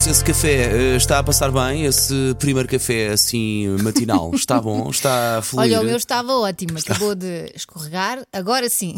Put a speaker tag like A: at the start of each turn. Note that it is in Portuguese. A: esse, esse café eh, está a passar bem? Esse primeiro café assim matinal está bom? Está a fluir?
B: Olha, o meu estava ótimo, acabou de escorregar, agora sim.